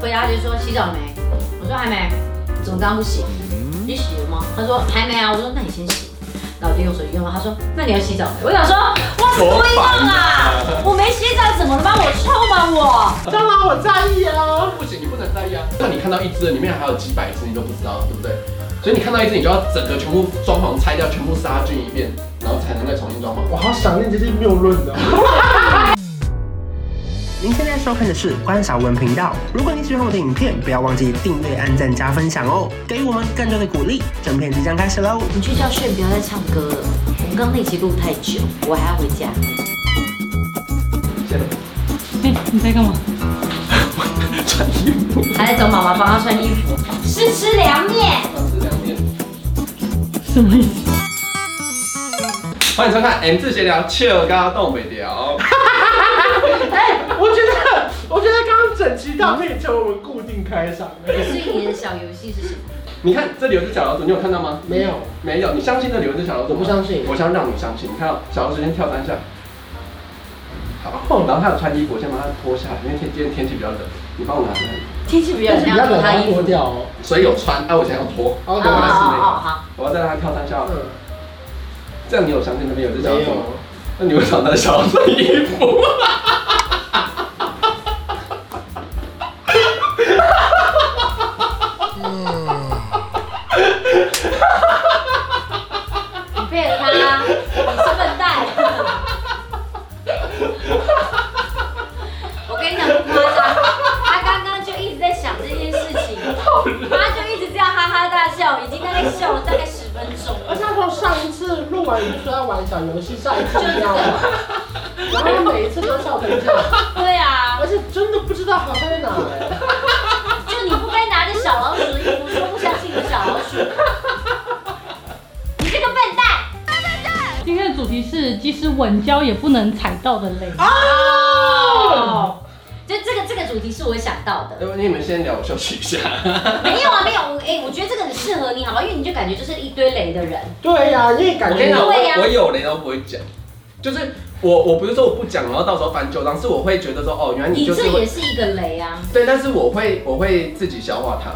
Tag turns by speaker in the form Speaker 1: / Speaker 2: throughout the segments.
Speaker 1: 回家就说洗澡没？我说还没，怎么刚刚不洗？你洗了吗？他说还没啊。我说那你先洗。然后我就用手机用啊完，他说那你要洗澡没？我想说我怎么不用啊？我没洗澡怎么了吗？我臭吗我？
Speaker 2: 干嘛我在意啊？
Speaker 3: 不行，你不能在意啊。那你看到一只，里面还有几百只，你都不知道，对不对？所以你看到一只，你就要整个全部装潢拆掉，全部杀菌一遍，然后才能再重新装潢。
Speaker 2: 我好想念这些谬论的。
Speaker 4: 您现在收看的是关少文频道。如果你喜欢我的影片，不要忘记订阅、按赞、加分享哦，给予我们更多的鼓励。整片即将开始喽！
Speaker 1: 你去叫炫，不要再唱歌了。我们刚刚那集录太久，我还要回家。
Speaker 5: 哎、你在干嘛？
Speaker 3: 穿衣服，
Speaker 1: 还在找妈妈帮他穿衣服，是吃凉面。
Speaker 3: 上次两点。
Speaker 5: 什么意思？
Speaker 3: 欢迎收看 M 字闲聊，切尔嘎东北聊。
Speaker 2: 我觉得，我觉得刚刚整集大配成我们固定开场了。
Speaker 1: 所以你的小游戏是什么？
Speaker 3: 你看这里有只小老鼠，你有看到吗？
Speaker 2: 没有，
Speaker 3: 没有，你相信这里有只小老鼠？
Speaker 2: 我不相信
Speaker 3: 我想让你相信。你看到小老鼠先跳三下，好，然后它有穿衣服，我先把它脱下来，因为天今天天气比较冷，你帮我拿下来。
Speaker 1: 天气比较
Speaker 2: 但是
Speaker 1: 冷，
Speaker 2: 你
Speaker 1: 要
Speaker 2: 要
Speaker 1: 脱
Speaker 2: 把
Speaker 1: 他
Speaker 2: 它
Speaker 1: 衣服
Speaker 2: 脱。掉哦。
Speaker 3: 所以有穿，哎、我想要脱，
Speaker 2: 哦
Speaker 1: 哦
Speaker 3: 脱回来室内，
Speaker 1: 哦好，
Speaker 3: 我要再让它跳三下哦。
Speaker 2: 嗯，
Speaker 3: 这样你有相信那边有只
Speaker 2: 没
Speaker 3: 小老鼠吗
Speaker 2: 有？。
Speaker 3: 那你会找它的小老鼠的 衣服？
Speaker 1: 你配合他，你是笨蛋。我跟你讲不夸张，他刚刚就一直在想这件事情，他就一直这样哈哈大笑，已经大概笑了大概十分钟了。
Speaker 2: 而且他从上一次录完你说要玩小游戏，上一次你要玩， 然后每一次都笑成这样，
Speaker 1: 对啊
Speaker 2: 而，且真的不知道好在哪哎。
Speaker 1: 就你不该拿着小老鼠的衣服说不相信有小老鼠，你这个笨蛋。
Speaker 5: 今天的主题是，即使稳交也不能踩到的雷。
Speaker 1: 啊哦，就这个这个主题是我想到的，
Speaker 3: 哎那你们先聊，我休息一下。
Speaker 1: 没有啊，没有，我哎、我觉得这个很适合你，好吧？因为你就感觉就是一堆雷的人，
Speaker 2: 对呀、因为感
Speaker 3: 我跟你
Speaker 2: 觉
Speaker 3: 讲，
Speaker 1: 不会呀啊
Speaker 3: 我我有雷都不会讲，就是我我不是说我不讲，然后到时候翻旧账，是我会觉得说哦，原来你
Speaker 1: 你
Speaker 3: 就是
Speaker 1: 这
Speaker 3: 会
Speaker 1: 也是一个雷啊。
Speaker 3: 对，但是我会我会自己消化它。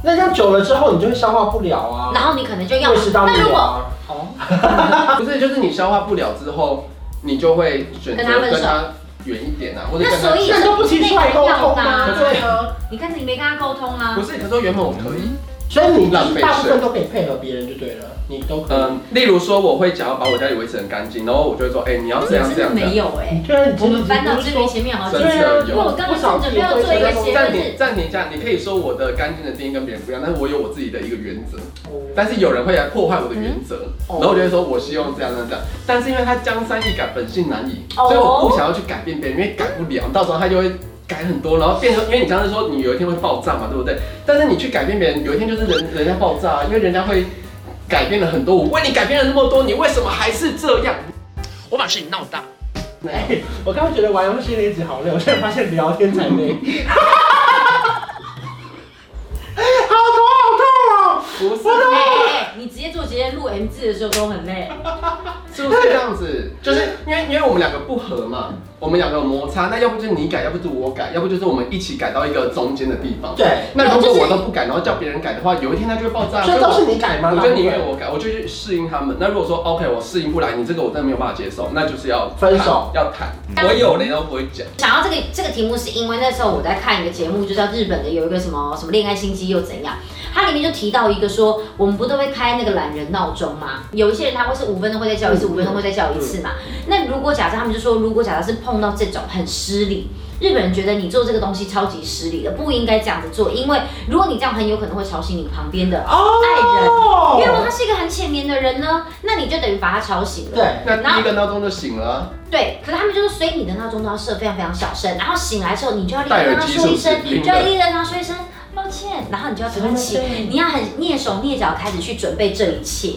Speaker 2: 那这样久了之后，你就会消化不了啊，
Speaker 1: 然后你可能就要
Speaker 2: 胃食道逆
Speaker 1: 那如
Speaker 2: 流
Speaker 1: 果
Speaker 2: 啊。哦，
Speaker 3: 不是，就是你消化不了之后，你就会选择
Speaker 1: 跟他分手
Speaker 3: 跟他远一点啊，或者
Speaker 1: 那
Speaker 3: 跟
Speaker 1: 所
Speaker 3: 他。
Speaker 1: 以
Speaker 2: 那你都不提出来沟通
Speaker 1: 那
Speaker 2: 吗？
Speaker 1: 个要
Speaker 2: 对啊，
Speaker 1: 你看你没跟他沟通啊
Speaker 3: 不，是，可是我原本我可以，
Speaker 2: 所以你就是大部分都可以配合别人就对了，你都可以。
Speaker 3: 嗯，例如说我会想要把我家里维持很干净，然后我就会说，哎，你要
Speaker 1: 我
Speaker 3: 这样
Speaker 1: 们
Speaker 3: 这
Speaker 1: 真的
Speaker 3: 样这样
Speaker 1: 没。有哎、
Speaker 2: 对啊，你
Speaker 1: 我
Speaker 2: 真的
Speaker 1: 们搬到
Speaker 2: 不
Speaker 1: 这
Speaker 2: 是
Speaker 1: 边
Speaker 2: 说
Speaker 1: 前面好像
Speaker 3: 真
Speaker 1: 是。
Speaker 3: 的
Speaker 2: 对啊
Speaker 1: 因为我刚刚正准备要做一个结
Speaker 3: 暂
Speaker 1: 论
Speaker 3: 停
Speaker 1: 是，
Speaker 3: 暂停一下，你可以说我的干净的定义跟别人不一样，但是我有我自己的一个原则。但是有人会来破坏我的原则，
Speaker 2: 嗯
Speaker 3: 然后我就会说我希望这样这样这样，但是因为他江山易改，本性难移，
Speaker 1: 哦
Speaker 3: 所以我不想要去改变别人，因为改不了，到时候他就会改很多，然后变成，因为你刚才说你有一天会爆炸嘛，对不对？但是你去改变别人，有一天就是人人家爆炸啊，因为人家会改变了很多，我为你改变了那么多，你为什么还是这样？我把事情闹大。
Speaker 2: 哎、 我刚刚觉得玩游戏那一集好累，我现在发现聊天才累。 好痛好痛哦！
Speaker 3: 不是，
Speaker 1: 哎哎、哎你直接做直接录 M 字的时候都很累，
Speaker 3: 是不是这样子？就是因为因为我们两个不合嘛，我们两个有摩擦，那要不就是你改，要不就是我改，要不就是我们一起改到一个中间的地方。
Speaker 2: 对，
Speaker 3: 那如果我都不改，然后叫别人改的话，有一天他就会爆炸。
Speaker 2: 所以都是你改吗？
Speaker 3: 我就宁愿我改，我就去适应他们。那如果说 OK，我适应不来，你这个我真的没有办法接受，那就是要谈
Speaker 2: 分手，
Speaker 3: 要谈。我有雷都不会讲，
Speaker 1: 想要这个这个题目，是因为那时候我在看一个节目，就叫日本的有一个什么什么恋爱心机又怎样，它里面就提到一个说，我们不都会开那个懒人闹钟吗？有一些人他会是五分钟会再叫一次，五分钟会再叫一次嘛。那如果假设他们就说，如果假设是碰到这种很失礼，日本人觉得你做这个东西超级失礼的，不应该这样子做，因为如果你这样很有可能会吵醒你旁边的爱人。
Speaker 2: 哦
Speaker 1: 因为如果他是一个很浅眠的人呢，那你就等于把他吵醒了。
Speaker 2: 对，
Speaker 3: 那第一个闹钟就醒了啊，
Speaker 1: 对，可是他们就是随你的闹钟都要设非常非常小声，然后醒来之后你就要立刻
Speaker 3: 戴耳
Speaker 1: 跟他
Speaker 3: 机
Speaker 1: 说一
Speaker 3: 是
Speaker 1: 声
Speaker 3: 不是，
Speaker 1: 就要立刻跟他说一声抱歉，然后你就要赶快起
Speaker 2: 什么对，
Speaker 1: 你要很蹑手蹑脚开始去准备这一切。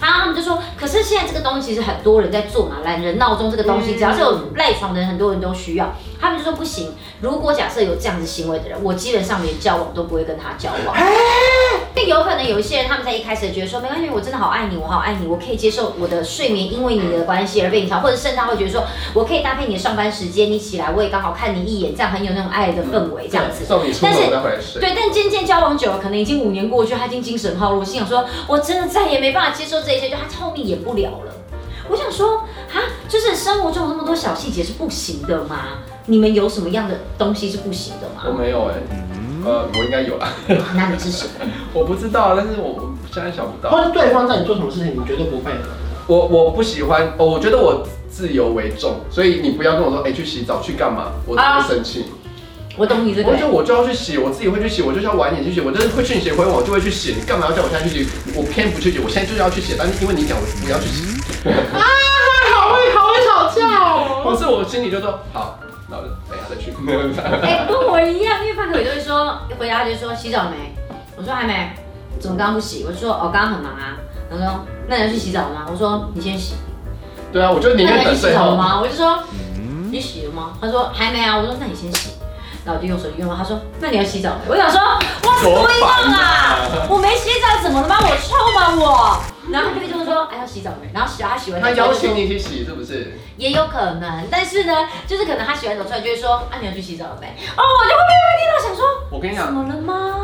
Speaker 1: 然后他们就说，可是现在这个东西是很多人在做嘛，懒人闹钟这个东西，
Speaker 2: 嗯
Speaker 1: 只要是有赖床的人，很多人都需要。他们就说不行，如果假设有这样子行为的人，我基本上连交往都不会跟他交往。那有可能有一些人他们在一开始觉得说没关系，我真的好爱你，我好爱你，我可以接受我的睡眠因为你的关系而被影响，或者甚至他会觉得说我可以搭配你的上班时间，你起来我也刚好看你一眼，这样很有那种爱的氛围，这样子。
Speaker 3: 送你出门我再回来睡。
Speaker 1: 对，但渐渐交往久了，可能已经五年过去，他已经精神耗弱，我心想说，我真的再也没办法接受这一切，就他后面演不了了。我想说，啊，就是生活中有那么多小细节是不行的吗？你们有什么样的东西是不行的
Speaker 3: 我
Speaker 1: 吗？
Speaker 3: 没有哎、呃，我应该有啦，
Speaker 1: 那你是什么？
Speaker 3: 我不知道，但是我我现在想不到
Speaker 1: 哦
Speaker 2: 或。者对方在你做什么事情，你绝对不配合。
Speaker 3: 我我不喜欢，哦，我觉得我自由为重，所以你不要跟我说，哎、去洗澡去干嘛，我
Speaker 1: 啊
Speaker 3: 会生气。
Speaker 1: 我懂你这个
Speaker 3: 我。就我就要去洗，我自己会去洗，我就是要晚一点去洗，我就是会去洗，回完我就会去洗，你干嘛要叫我现在去洗？我偏不去洗，我现在就是要去洗，但是因为你讲我不要去洗，
Speaker 2: 好会好会吵架
Speaker 3: 或
Speaker 2: 哦！
Speaker 3: 是我心里就说好，那我就等一下再去。
Speaker 1: 哎、跟我一样，因为范可伟就会说，一回答就说洗澡没？我说还没，怎么刚刚不洗？我就说哦，刚刚很忙啊。他说那你要去洗澡了吗？我说你先洗。
Speaker 3: 对啊，我就宁
Speaker 1: 那
Speaker 3: 愿
Speaker 1: 你要
Speaker 3: 等
Speaker 1: 去洗
Speaker 3: 最
Speaker 1: 澡了
Speaker 3: 后。嗯
Speaker 1: 吗？我就说你洗了吗？他说还没啊。我说那你先洗。然后我就用手机用完，他说那你要洗澡没？我想说我
Speaker 3: 多
Speaker 1: 不一样
Speaker 3: 烦
Speaker 1: 啊
Speaker 3: 啊，
Speaker 1: 我没洗澡怎么了吗？我臭吗我？然后他就说哎要洗澡没？然后洗完他洗完
Speaker 3: 哦他
Speaker 1: 之后
Speaker 3: 邀
Speaker 1: 就说
Speaker 3: 请你去洗是不是？
Speaker 1: 也有可能，但是呢，就是可能他洗完澡出来就会说啊你要去洗澡了没？哦我就会被被听到想说。
Speaker 3: 我跟你
Speaker 1: 怎
Speaker 3: 讲，
Speaker 1: 么了吗？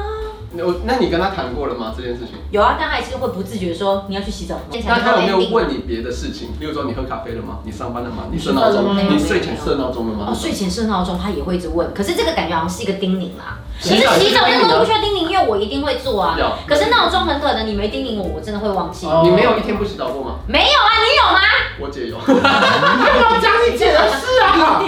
Speaker 3: 我那你跟他谈过了吗？这件事情？
Speaker 1: 有啊，但还是会不自觉地说你要去洗澡吗？
Speaker 3: 那他有没有问你别的事情？例如说你喝咖啡了吗？你上班了吗？你设闹
Speaker 2: 你吃饭了
Speaker 3: 钟？
Speaker 2: 吗
Speaker 1: 没有
Speaker 3: 你睡前设闹钟了
Speaker 1: 哦，
Speaker 3: 吗？
Speaker 1: 睡前设闹钟，他也会一直问。可是这个感觉好像是一个叮咛啦。可是
Speaker 3: 洗澡
Speaker 1: 洗澡
Speaker 3: 也
Speaker 1: 那
Speaker 3: 是叮咛啊
Speaker 1: 个都不需要叮咛，因为我一定会做啊
Speaker 3: 要。
Speaker 1: 可是闹钟很可能你没叮咛我，我真的会忘记。
Speaker 2: 哦
Speaker 3: 你没有一天不洗澡过吗？
Speaker 1: 没有啊，你有吗？
Speaker 3: 我姐有，
Speaker 2: 干嘛讲你姐的 事啊？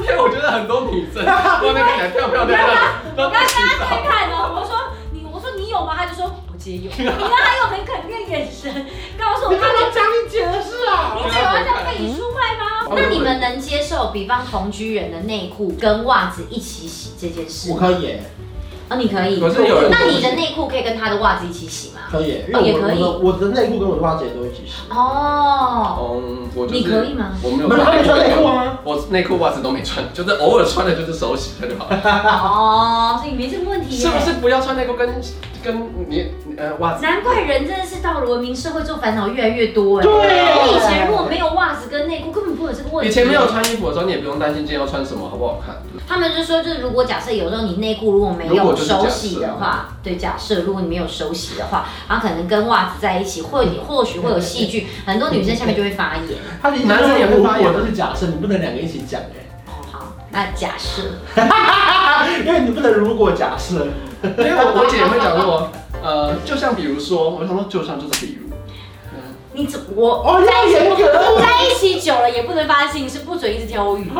Speaker 3: 因为我觉得很多女生外面看起来漂漂亮亮，
Speaker 1: 我
Speaker 3: 都
Speaker 1: 刚刚
Speaker 3: 不洗
Speaker 1: 在
Speaker 3: 澡。
Speaker 1: 看哦，我说你，我说你有吗？他就说我姐 有。你看他用很肯定的眼神告诉我
Speaker 2: 你干
Speaker 1: 他
Speaker 2: 嘛讲你姐的事啊？
Speaker 1: 你姐有要这样被
Speaker 3: 嗯
Speaker 1: 你出卖吗？那你们能接受，比方同居人的内裤跟袜子一起洗这件事
Speaker 2: 我
Speaker 1: 吗？
Speaker 2: 可以耶，
Speaker 1: 哦，你可以。
Speaker 3: 可是有人
Speaker 1: 那你的内裤可以跟他的袜子一起洗吗？
Speaker 2: 可以耶，因
Speaker 1: 哦也
Speaker 2: 为我
Speaker 1: 可以
Speaker 2: 我的我的内裤跟我的袜子也都一起洗。
Speaker 1: 哦，
Speaker 3: 嗯，我就是
Speaker 1: 你可以吗？
Speaker 3: 我没有
Speaker 2: 没有他没穿内裤吗？
Speaker 3: 我内裤袜子都没穿，就是偶尔穿的就是手洗一下就好。
Speaker 1: 哦，所以没这个问题耶
Speaker 3: 是不是？不要穿内裤跟跟你呃袜子？
Speaker 1: 难怪人真的是到了文明社会，做烦恼越来越多哎。
Speaker 2: 对
Speaker 1: 你以前如果没有袜子跟内裤，根本不会有这个问
Speaker 3: 以
Speaker 1: 题。
Speaker 3: 前没有。穿衣服的时候，你也不用担心今天要穿什么好不好看。
Speaker 1: 他们就说，就是如果假设有时候你内裤如果没
Speaker 3: 如果
Speaker 1: 有
Speaker 3: 就是假设
Speaker 1: 手洗的话，对，假设如果你没有手洗的话，然后可能跟袜子在一起，或或许会有细 菌，很多女生下面就会发炎。
Speaker 2: 他离
Speaker 3: 男生也不发言
Speaker 2: 我都是假设，你不能两个一起讲哎，
Speaker 1: 哦，好，那假设，
Speaker 2: 因为你不能如果假设。
Speaker 3: 因为我我姐也会讲说，呃，就像比如说，我想说就像就是比如，
Speaker 1: 你怎我
Speaker 2: 哦，要严格。
Speaker 1: 在一起久了也不能发现，是不准一直挑我语病。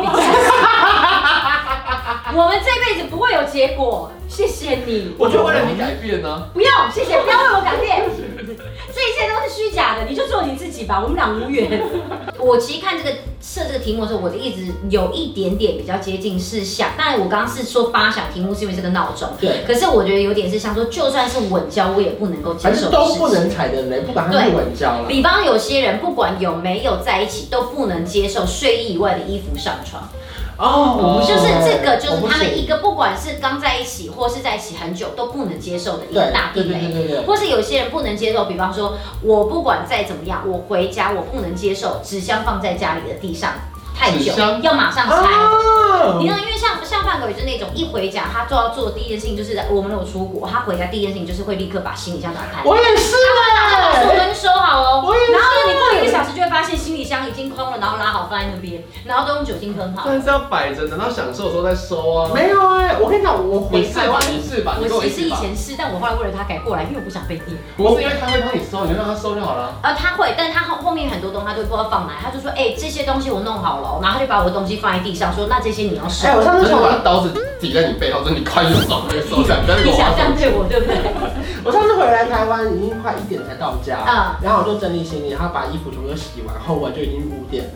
Speaker 1: 我们这辈子不会有结果，谢谢你。
Speaker 3: 我就为了你改变呢、啊
Speaker 1: 不用，谢谢，不要为我改变，这一切都是虚假的，你就做你自己吧，我们俩无缘。我其实看这个设这个题目的时候，我的一直有一点点比较接近是想，当然我刚刚是说八想题目是因为这个闹钟，
Speaker 2: 对，
Speaker 1: 可是我觉得有点是像说，就算是稳交，我也不能够接
Speaker 2: 反
Speaker 1: 受
Speaker 2: 正
Speaker 1: 的事
Speaker 2: 都
Speaker 1: 情
Speaker 2: 不能踩的雷，不管他是稳交了。
Speaker 1: 比方有些人不管有没有在一起，都不能接受睡衣以外的衣服上床，
Speaker 2: 哦，我不
Speaker 1: 就
Speaker 2: 行
Speaker 1: 是这个就是
Speaker 2: 我不
Speaker 1: 他们
Speaker 2: 行
Speaker 1: 一个不管是刚在一起或是在一起很久都不能接受的一个
Speaker 2: 哦对
Speaker 1: 大地
Speaker 2: 对对
Speaker 1: 雷。
Speaker 2: 对对对。
Speaker 1: 或是有些人不能接受，比方说，我不管再怎么样，我回家我不能接受纸箱放在家里的地上太
Speaker 3: 纸
Speaker 1: 久
Speaker 3: 箱，啊
Speaker 1: 要马上拆。你知
Speaker 2: 哦，
Speaker 1: 道，因为像像范可伟就是那种一回家，他就要做的第一件事情就是，我们有出国，他回家第一件事情就是会立刻把行李箱打开，
Speaker 2: 我也是
Speaker 1: 把锁
Speaker 2: 哎。
Speaker 1: 门收好哦。
Speaker 2: 我也是
Speaker 1: 然后呢，你过一个小时就会发现行李箱已经空了，然后拉好放在那边，然后都用酒精喷好。
Speaker 3: 但是要摆着，等到享受的时候再收啊。
Speaker 2: 没有哎，我跟你讲，我回
Speaker 3: 你是
Speaker 2: 台
Speaker 3: 吧
Speaker 2: 湾？
Speaker 3: 你是吧？你跟
Speaker 1: 我
Speaker 3: 我
Speaker 1: 其
Speaker 3: 一
Speaker 1: 实以
Speaker 3: 起吧。
Speaker 1: 前是，但我后来为了他改过来，因为我不想被念。
Speaker 3: 不是因为他会帮你收，你就让他收就好了。
Speaker 1: 呃，他会，但他后后面很多东西他都不知道放哪，他就说，哎、这些东西我弄好了哦，然后他就把我的东西放在地上，说那这些你要收。
Speaker 2: 哎，我上
Speaker 3: 他
Speaker 2: 次
Speaker 3: 就
Speaker 2: 从
Speaker 3: 把刀子抵在你背后，说你快去收，快去收起来，不要给
Speaker 1: 你
Speaker 3: 我
Speaker 1: 想这样
Speaker 3: 划手
Speaker 1: 对我，对不对？
Speaker 2: 我上次回来台湾已经快一点才到家，
Speaker 1: 嗯
Speaker 2: 然后我就整理行李，然后把衣服全部都洗完后，我就已经五点了。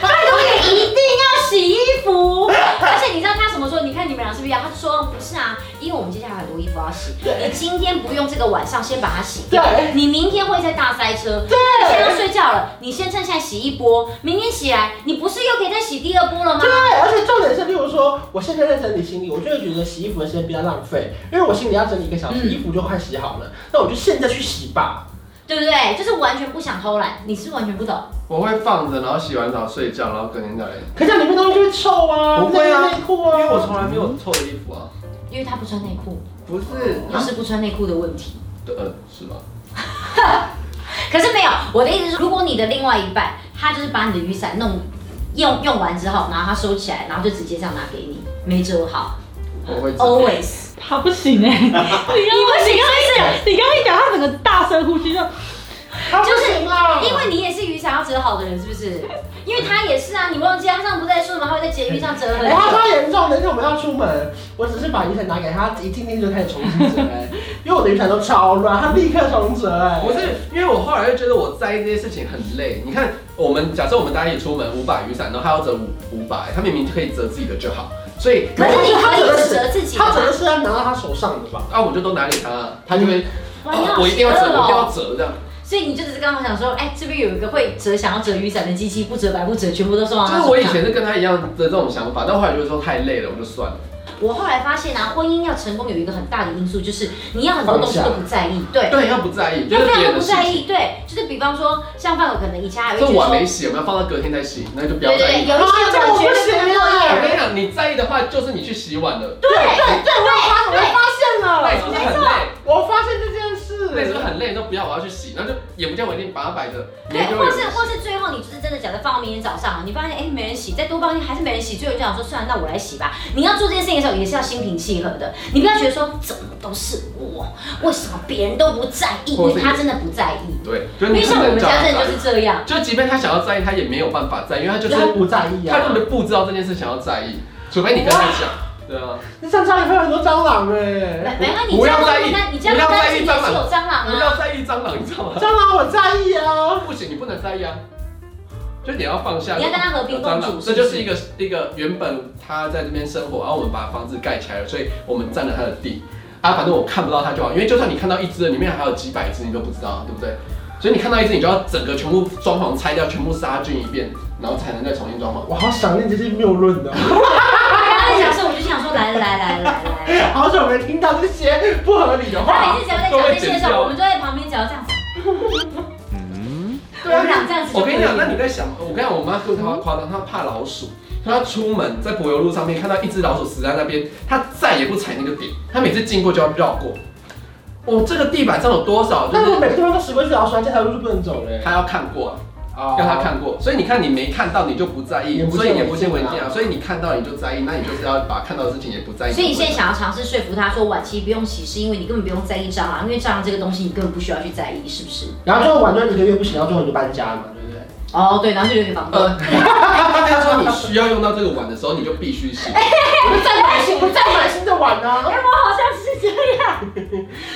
Speaker 1: 他永远一定要洗衣服，而且你知道他什么说？你看你们俩是不是一样？他就说不是啊，因为我们接下来还有很多衣服要洗，你今天不用这个晚上先把它洗掉，
Speaker 2: 对
Speaker 1: 你明天会在大塞车，对，你现在要睡觉了，你先趁现在洗一波，明天起来你不是又可以再洗第二波了吗？
Speaker 2: 对，而且重点是，例如说，我现在在整理行李，我就会觉得洗衣服的时间比较浪费，因为我行李要整理一个小时，
Speaker 1: 嗯
Speaker 2: 衣服就快洗好了，那我就现在去洗吧。
Speaker 1: 对不对？就是完全不想偷懒，你是不是完全不懂。
Speaker 3: 我会放着，然后洗完澡睡觉，然后隔天再来。
Speaker 2: 可是这样里面东西就会臭啊，
Speaker 3: 不会啊
Speaker 2: 内裤
Speaker 3: 因
Speaker 2: 啊，
Speaker 3: 为我从来没有臭的衣服啊。
Speaker 1: 因为他不穿内裤，
Speaker 3: 不是，
Speaker 1: 又是不穿内裤的问题。
Speaker 3: 呃，是吧？
Speaker 1: 可是没有，我的意思是，如果你的另外一半，他就是把你的雨伞弄用用完之后，然后他收起来，然后就直接这样拿给你，没折好
Speaker 3: 我会。
Speaker 1: 哦，always。
Speaker 5: 他不行 哎、你刚刚
Speaker 1: 行
Speaker 5: 你刚一讲，你刚刚一讲，他整个大深呼吸就，
Speaker 2: 它啊不行啦，
Speaker 1: 因为你也是雨伞要折好的人，是不是？因为他也是啊，你忘记他上不在说吗？他会在捷运上折很
Speaker 2: 哎、他
Speaker 1: 久。
Speaker 2: 超严重的，因为我们要出门，我只是把雨伞拿给他，一进店就开始重新折、哎，因为我的雨伞都超乱，他立刻重折、哎，
Speaker 3: 不是，因为我后来就觉得我在意这些事情很累。你看，我们假设我们大家一起出门五把雨伞，然后他要折五五把，他明明可以折自己的就好。所以，
Speaker 1: 可是你可以只折自己的
Speaker 2: 他
Speaker 1: 吧
Speaker 2: 折的是要拿到他手上的吧？
Speaker 3: 啊，我就都拿给他，他就会，
Speaker 1: 哇你好
Speaker 3: 我一定要折，
Speaker 1: 邪恶
Speaker 3: 我
Speaker 1: 哦
Speaker 3: 一定要折这样。
Speaker 1: 所以你就只是刚刚想说，哎，这边有一个会折想要折雨伞的机器，不折白不折，全部都送到
Speaker 3: 就
Speaker 1: 他手
Speaker 3: 是
Speaker 1: 上。
Speaker 3: 我以前是跟他一样的这种想法，但后来就是说太累了，我就算了。
Speaker 1: 我后来发现啊，婚姻要成功有一个很大的因素，就是你要很多东西都不在意，对，
Speaker 3: 对，要不在意，就
Speaker 1: 他
Speaker 3: 是
Speaker 1: 非
Speaker 3: 别
Speaker 1: 常
Speaker 3: 人
Speaker 1: 不
Speaker 3: 的事
Speaker 1: 在
Speaker 3: 情。
Speaker 1: 意，对，就是比方说像范伟可能以前 还会
Speaker 3: 这
Speaker 1: 觉得
Speaker 3: 碗
Speaker 1: 说
Speaker 3: 没，洗，我们要放到隔天再洗，那就不要
Speaker 1: 对
Speaker 3: 在
Speaker 1: 对，
Speaker 3: 意。
Speaker 1: 有一些
Speaker 2: 啊这
Speaker 1: 人
Speaker 2: 我
Speaker 1: 觉
Speaker 2: 不
Speaker 1: 得
Speaker 2: 行
Speaker 1: 不
Speaker 2: 啊
Speaker 1: 要
Speaker 3: 我跟你
Speaker 1: 脸，
Speaker 3: 讲，你在意的话，就是你去洗碗了，
Speaker 1: 对对对
Speaker 2: 我发现
Speaker 3: 那你是不是
Speaker 2: 了，
Speaker 3: 很累？
Speaker 2: 我发现这件事，
Speaker 3: 那你是不是很累？那不要，我要去洗，那就也不见我一定把它摆着，明天
Speaker 1: 对，
Speaker 3: 就
Speaker 1: 或
Speaker 3: 会有
Speaker 1: 是
Speaker 3: 人洗。
Speaker 1: 或是最后你就是真的假的放到明天早上，你发现哎没人洗，再多放一天还是没人洗，最后你就想说算了，那我来洗吧。你要做这件事情的时候也是要心平气和的，你不要觉得说怎么都是我，为什么别人都不在意，因
Speaker 3: 或是
Speaker 1: 为他真的不在意。
Speaker 3: 对，就
Speaker 1: 因
Speaker 3: 是你
Speaker 1: 为像我们家真的
Speaker 3: 就
Speaker 1: 就是这样，
Speaker 3: 就即便他想要在意，他也没有办法在意，因为他就是
Speaker 2: 他不在意
Speaker 3: 他
Speaker 2: 啊
Speaker 3: 根。本不知道这件事想要在意，除非你跟他讲。对啊，
Speaker 2: 那像家里会有很多蟑螂哎、
Speaker 1: 没没关系，你
Speaker 3: 不要
Speaker 1: 家都
Speaker 3: 在意
Speaker 1: 你家你家
Speaker 3: 不要
Speaker 1: 都
Speaker 3: 在
Speaker 1: 担
Speaker 3: 意
Speaker 1: 心也
Speaker 3: 蟑螂
Speaker 1: 是有蟑螂
Speaker 3: 不
Speaker 1: 啊。
Speaker 3: 要在意蟑螂，你知道吗？
Speaker 2: 蟑螂我在意啊，
Speaker 3: 不行，你不能在意啊，就是你要放下。
Speaker 1: 你要跟他和平共处，
Speaker 3: 这就是一个一个原本他在这边生活，然后我们把房子盖起来了，所以我们占了他的地啊，反正我看不到他就好，因为就算你看到一只，里面还有几百只，你都不知道，对不对？所以你看到一只，你就要整个全部装潢拆掉，全部杀菌一遍，然后才能再重新装潢。
Speaker 2: 我好想念这些谬论的，
Speaker 1: 哎他刚才讲的时候，我就心想说来来来来 来，
Speaker 2: 好久没听到这些不合理的
Speaker 1: 他
Speaker 2: 话
Speaker 1: 每。次只要在讲这些的时候，我们就在旁边只要这样子，我
Speaker 3: 嗯
Speaker 2: 对啊
Speaker 1: 们，俩这样子就
Speaker 3: 我
Speaker 1: 可
Speaker 3: 跟
Speaker 1: 以
Speaker 3: 你讲，那
Speaker 1: 了。
Speaker 3: 你在想，我跟你讲，我妈更夸夸张，她怕老鼠，她出门在柏油路上面看到一只老鼠死在那边，她再也不踩那个点，她每次经过就要绕过。我、这个地板上有多少？就
Speaker 2: 但我
Speaker 3: 是
Speaker 2: 每次都死过一次老鼠，这条路就不能走嘞。
Speaker 3: 她要看过啊。
Speaker 2: 啊
Speaker 3: 要他。看过，所以你看你没看到你就不在
Speaker 2: 眼
Speaker 3: 意，
Speaker 2: 不见
Speaker 3: 所以眼不见为
Speaker 2: 为
Speaker 3: 净
Speaker 2: 净
Speaker 3: 啊，
Speaker 2: 啊
Speaker 3: 所以你看到你就在意，那你就是要把看到的事情也不在意。
Speaker 1: 所以你现在想要尝试说服他说晚期不用洗，是因为你根本不用在意蟑螂，因为蟑螂这个东西你根本不需要去在意，是不是？
Speaker 2: 然后最后玩转一个月不行，然后最后你就搬家嘛，对不对？
Speaker 1: 哦，对，然后就留给房东。
Speaker 3: 呃，他跟说你需要用到这个碗的时候，你就必 须洗。
Speaker 2: 我就再买新，我再买新的碗啊！
Speaker 1: 哎，我好像是这 样。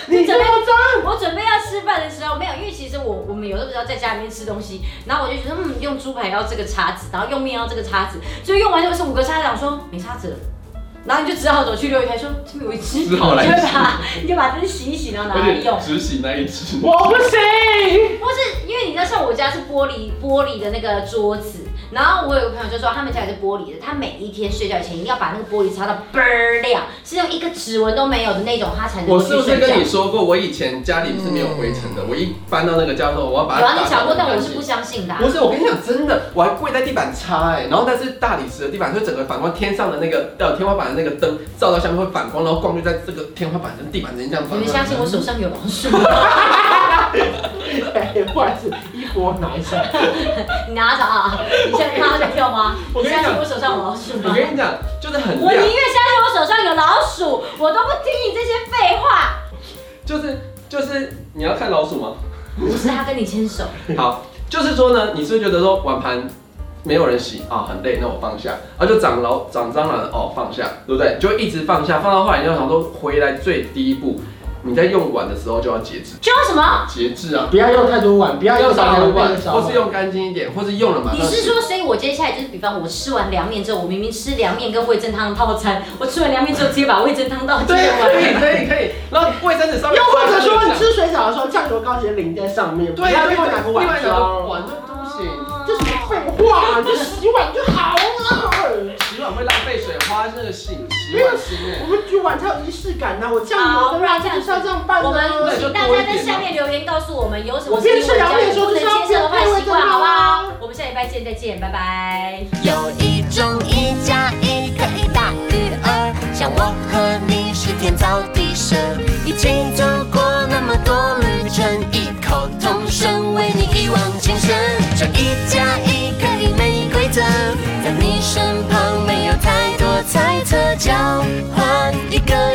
Speaker 2: 你这么脏，
Speaker 1: 我准备要吃饭的时候没有，因为其实我我们有的时候在家里面吃东西，然后我就觉得嗯，用猪排要这个叉子，然后用面要这个叉子，就用完就是五个叉子，想说没叉子了，然后你就只好走去溜一台说这边有一只，
Speaker 3: 只好来
Speaker 1: 你就会把 你就把这只洗一洗，然后拿来用。
Speaker 3: 只洗那一只。
Speaker 2: 我不行。
Speaker 1: 不是因为你知道，像我家是玻璃玻璃的那个桌子，然后我有个朋友就说他们家也是玻璃的，他每一天睡觉以前一定要把那个玻璃擦到倍儿亮，是用一个指纹都没有的那种，他才能
Speaker 3: 我
Speaker 1: 去
Speaker 3: 是不是
Speaker 1: 睡觉
Speaker 3: 跟你说过，我以前家里是没有灰尘的，我一搬到那个家之后，我要把
Speaker 1: 嗯
Speaker 3: 它
Speaker 1: 有啊，
Speaker 3: 打
Speaker 1: 你
Speaker 3: 扫
Speaker 1: 想过，
Speaker 3: 干
Speaker 1: 但我
Speaker 3: 净
Speaker 1: 是不相信的啊、
Speaker 3: 不是，我跟你讲，真的，我还跪在地板擦哎、然后但是大理石的地板会整个反光，天上的那个呃天花板的那个灯照到下面会反光，然后光就在这个天花板跟地板之间这样
Speaker 1: 你
Speaker 3: 反。
Speaker 1: 们相信我手上有老鼠吗？
Speaker 2: 哎不好意思，衣服我拿一下。
Speaker 1: 你拿着啊！你现在看到在跳吗？
Speaker 3: 我
Speaker 1: 你
Speaker 3: 跟你
Speaker 1: 相
Speaker 3: 讲
Speaker 1: 信我手上有老鼠
Speaker 3: 我
Speaker 1: 吗？
Speaker 3: 跟你讲，就是很
Speaker 1: 我宁
Speaker 3: 亮，
Speaker 1: 愿相信我手上有老鼠，我都不听你这些废话。
Speaker 3: 就是就是你要看老鼠吗？
Speaker 1: 不是他跟你牵手，
Speaker 3: 好，就是说呢，你是不是觉得说碗盘没有人洗啊，很累，那我放下，啊就长老长蟑螂了哦放下，对不对？就一直放下，放到后来你就想说回来最低一步。你在用完的时候就要节制，
Speaker 1: 就什么？
Speaker 3: 节制啊，
Speaker 2: 不要用太多碗，不要
Speaker 3: 要
Speaker 2: 用
Speaker 3: 少
Speaker 2: 太
Speaker 3: 用
Speaker 2: 多
Speaker 3: 碗，
Speaker 2: 碗，
Speaker 3: 或是用干净一点，或是用了马
Speaker 1: 你
Speaker 3: 上洗。
Speaker 1: 是说，所以我接下来就是，比方我吃完凉面之后，我明明吃凉面跟味噌汤套餐，我吃完凉面之后直接把味噌汤倒进
Speaker 3: 对，
Speaker 1: 来
Speaker 3: 可以
Speaker 1: 吗？
Speaker 3: 可以可以，然后卫生纸上面
Speaker 2: 又或者说你吃水饺的时候，酱油膏直接淋在上面，不
Speaker 3: 对，
Speaker 2: 要
Speaker 3: 要
Speaker 2: 另外拿
Speaker 3: 拿
Speaker 2: 个
Speaker 3: 个
Speaker 2: 碗
Speaker 3: 碗，另外拿个
Speaker 2: 装。
Speaker 3: 碗都
Speaker 1: 哦
Speaker 3: 都不行。
Speaker 2: 这是废话，你就洗碗就好了。
Speaker 3: 洗碗会浪费水花热性，洗
Speaker 2: 没有
Speaker 3: 碗心
Speaker 2: 我
Speaker 3: 哎。
Speaker 2: 们煮碗才有仪式感呐、我酱油
Speaker 1: 好，
Speaker 2: 的
Speaker 1: 不然
Speaker 2: 味
Speaker 1: 这样
Speaker 2: 道就是
Speaker 1: 子
Speaker 2: 要这样拌
Speaker 1: 我们
Speaker 2: 的。
Speaker 1: 请哦大家在下面留言告诉我们有什么
Speaker 2: 我边吃凉
Speaker 1: 教
Speaker 2: 面
Speaker 1: 育
Speaker 2: 的时候
Speaker 1: 不能
Speaker 2: 就是要
Speaker 1: 接受的坏习惯，
Speaker 2: 边配味噌
Speaker 1: 好
Speaker 2: 汤啊
Speaker 1: 不好？我们下礼拜见，再见，拜拜。
Speaker 6: 有一种一加一可以大于二，像我和你是天造地设，一起走过那么多旅程，异口同声为你一往情深。这一加一可以没规则，在你身旁没有太多猜测，交换一个